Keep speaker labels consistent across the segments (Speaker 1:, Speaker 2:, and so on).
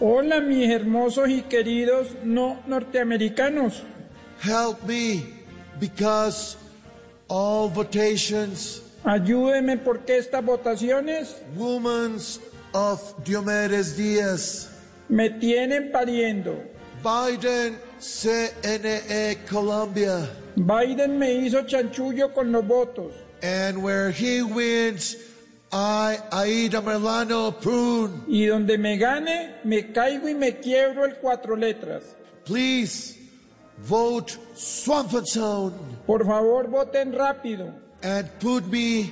Speaker 1: Hola mis hermosos y queridos no norteamericanos.
Speaker 2: Help me because all votations,
Speaker 1: Ayúdeme porque estas votaciones
Speaker 2: women's of Diomedes Diaz,
Speaker 1: me tienen pariendo.
Speaker 2: Biden, CNE Colombia,
Speaker 1: Biden me hizo chanchullo con los votos.
Speaker 2: and where he wins, I, Aida Merlano Prune.
Speaker 1: Y donde me gane, me caigo y me quiebro el cuatro letras.
Speaker 2: Please vote Swampensound
Speaker 1: Por favor, voten rápido
Speaker 2: and put me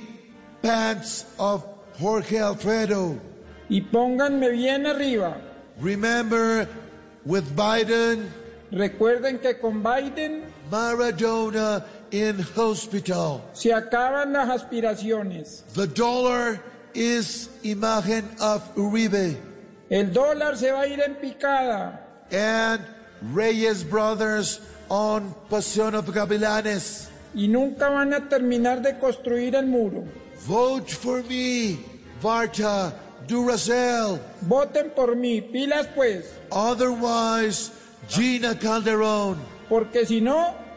Speaker 2: pants of Jorge Alfredo.
Speaker 1: y pónganme bien arriba.
Speaker 2: Remember, with Biden,
Speaker 1: Recuerden que con Biden
Speaker 2: Maradona in hospital.
Speaker 1: se acaban las aspiraciones.
Speaker 2: The dollar is imagen of Uribe.
Speaker 1: El dólar se va a ir en picada
Speaker 2: And Reyes brothers on Pasión of Gavilanes.
Speaker 1: y nunca van a terminar de construir el muro.
Speaker 2: Vote for me, Varta, Duracell.
Speaker 1: Voten por mí, pilas pues,
Speaker 2: Otherwise, Gina Calderón.
Speaker 1: porque si no,